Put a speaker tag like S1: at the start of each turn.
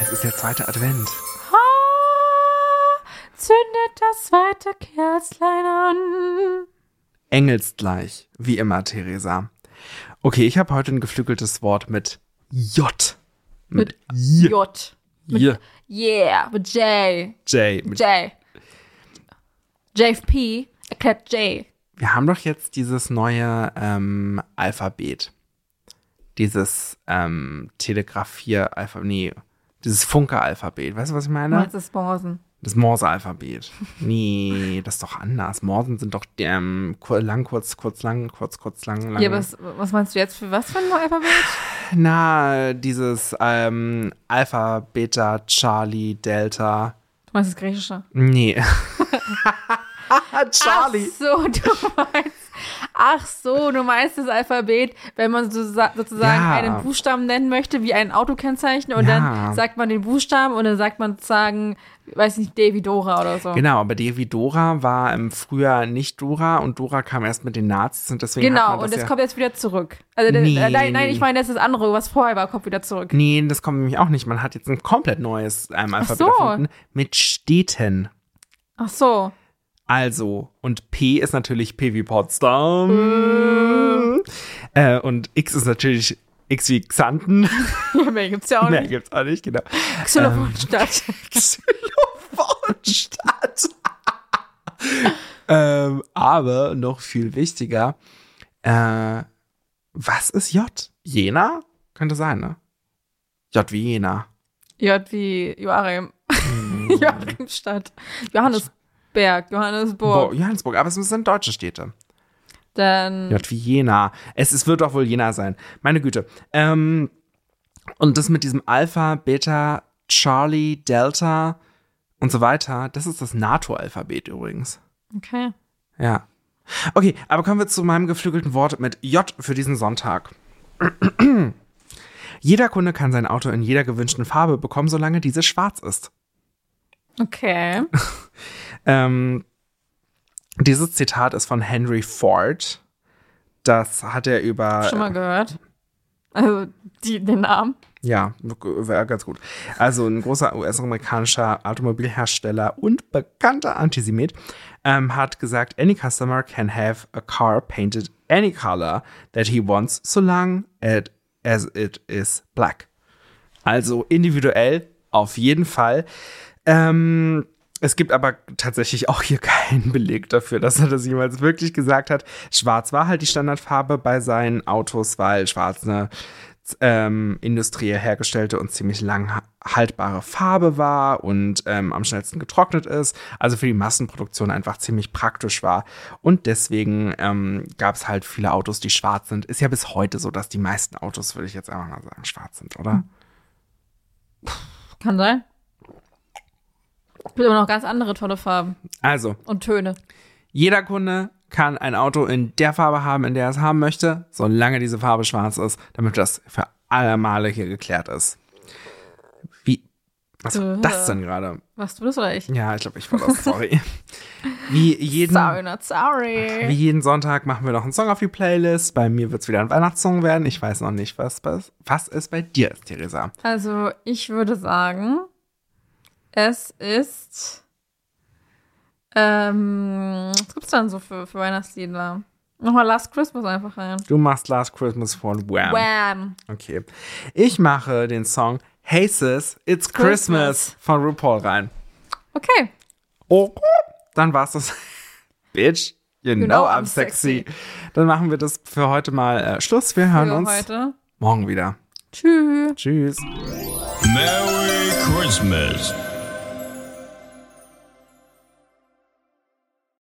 S1: Es ist der zweite Advent.
S2: Ha, Ah, zündet das zweite Kerzlein an.
S1: Engelsgleich, wie immer, Theresa. Okay, ich habe heute ein geflügeltes Wort mit J. J.
S2: J. Mit
S1: J.
S2: Yeah, mit J.
S1: J. Mit
S2: J. JFP erklärt J.
S1: Wir haben doch jetzt dieses neue ähm, Alphabet. Dieses ähm, Telegrafier-Alphabet, nee, dieses Funke-Alphabet. Weißt du, was ich meine?
S2: Meinst du Sponsen?
S1: Das Morse-Alphabet. Nee, das ist doch anders. Morsen sind doch ähm, kur- lang, kurz, kurz, lang, kurz, kurz, lang, lang.
S2: Ja, was, was meinst du jetzt für was für ein Alphabet?
S1: Na, dieses ähm, Alpha, Beta, Charlie, Delta.
S2: Du meinst das Griechische?
S1: Nee. Charlie.
S2: Ach so, du meinst. Ach so, du meinst das Alphabet, wenn man so, sa- sozusagen
S1: Ja.
S2: einen Buchstaben nennen möchte, wie ein Autokennzeichen, und
S1: Ja.
S2: dann sagt man den Buchstaben und dann sagt man sozusagen, weiß nicht, Davy Dora oder so.
S1: Genau, aber Devi Dora war im Frühjahr nicht Dora und Dora kam erst mit den Nazis und deswegen hat man
S2: Genau,
S1: das
S2: und das
S1: ja
S2: kommt jetzt wieder zurück. Also, das-
S1: Nee,
S2: äh, nein, nein,
S1: nee.
S2: ich meine, das ist das andere, was vorher war, kommt wieder zurück.
S1: Nee, das kommt nämlich auch nicht. Man hat jetzt ein komplett neues ähm, Alphabet
S2: so.
S1: erfunden mit Städten.
S2: Ach so.
S1: Also, und P ist natürlich P wie Potsdam. Äh, und X ist natürlich X wie Xanten.
S2: Ja, mehr gibt's ja auch
S1: Mehr
S2: nicht.
S1: gibt's auch nicht, genau.
S2: Xylophonstadt.
S1: Xylophonstadt. ähm, aber noch viel wichtiger, äh, was ist J? Jena? Könnte sein, ne? J wie Jena.
S2: J wie Joachim.
S1: Mm.
S2: Joachimstadt. Johannesberg, Johannesburg.
S1: Bo Johannesburg, aber es sind deutsche Städte.
S2: Dann
S1: J wie Jena. Es, es wird doch wohl Jena sein. Meine Güte. Ähm, und das mit diesem Alpha, Beta, Charlie, Delta und so weiter, das ist das NATO-Alphabet übrigens.
S2: Okay.
S1: Ja. Okay, aber kommen wir zu meinem geflügelten Wort mit J für diesen Sonntag. Jeder Kunde kann sein Auto in jeder gewünschten Farbe bekommen, solange diese schwarz ist.
S2: Okay.
S1: Ähm, dieses Zitat ist von Henry Ford. Das hat er über.
S2: Schon mal gehört. Also die, den Namen.
S1: Ja, wäre ganz gut. Also ein großer US-amerikanischer Automobilhersteller und bekannter Antisemit ähm, hat gesagt, any customer can have a car painted any color that he wants, so long it, as it is black. Also individuell auf jeden Fall. Ähm, es gibt aber tatsächlich auch hier keinen Beleg dafür, dass er das jemals wirklich gesagt hat. Schwarz war halt die Standardfarbe bei seinen Autos, weil schwarz ne, eine ähm, industriell hergestellte und ziemlich lang ha- haltbare Farbe war und ähm, am schnellsten getrocknet ist. Also für die Massenproduktion einfach ziemlich praktisch war. Und deswegen ähm, gab es halt viele Autos, die schwarz sind. Ist ja bis heute so, dass die meisten Autos, würde ich jetzt einfach mal sagen, schwarz sind, oder?
S2: Kann sein. Es gibt aber noch ganz andere tolle Farben
S1: Also,
S2: und Töne.
S1: Jeder Kunde kann ein Auto in der Farbe haben, in der er es haben möchte, solange diese Farbe schwarz ist, damit das für alle Male hier geklärt ist. Wie? Was war
S2: Äh.
S1: das denn gerade?
S2: Machst du das oder ich?
S1: Ja, ich glaube, ich war das. Sorry. Wie jeden,
S2: Sorry,
S1: wie
S2: not sorry.
S1: jeden Sonntag machen wir noch einen Song auf die Playlist. Bei mir wird es wieder ein Weihnachtssong werden. Ich weiß noch nicht, was, was, was es bei dir ist, Theresa.
S2: Also ich würde sagen, es ist. Ähm, was gibt's dann so für, für Weihnachtslieder? Nochmal Last Christmas einfach rein.
S1: Du machst Last Christmas von Wham.
S2: Wham.
S1: Okay. Ich mache den Song Hey Sis, It's Christmas
S2: Christmas.
S1: von RuPaul rein.
S2: Okay.
S1: Oh, dann war's das. Bitch, you, know, I'm sexy. Dann machen wir das für heute mal äh, Schluss. Wir hören
S2: Für
S1: uns
S2: heute.
S1: morgen wieder.
S2: Tschüss.
S1: Tschüss.
S3: Merry Christmas.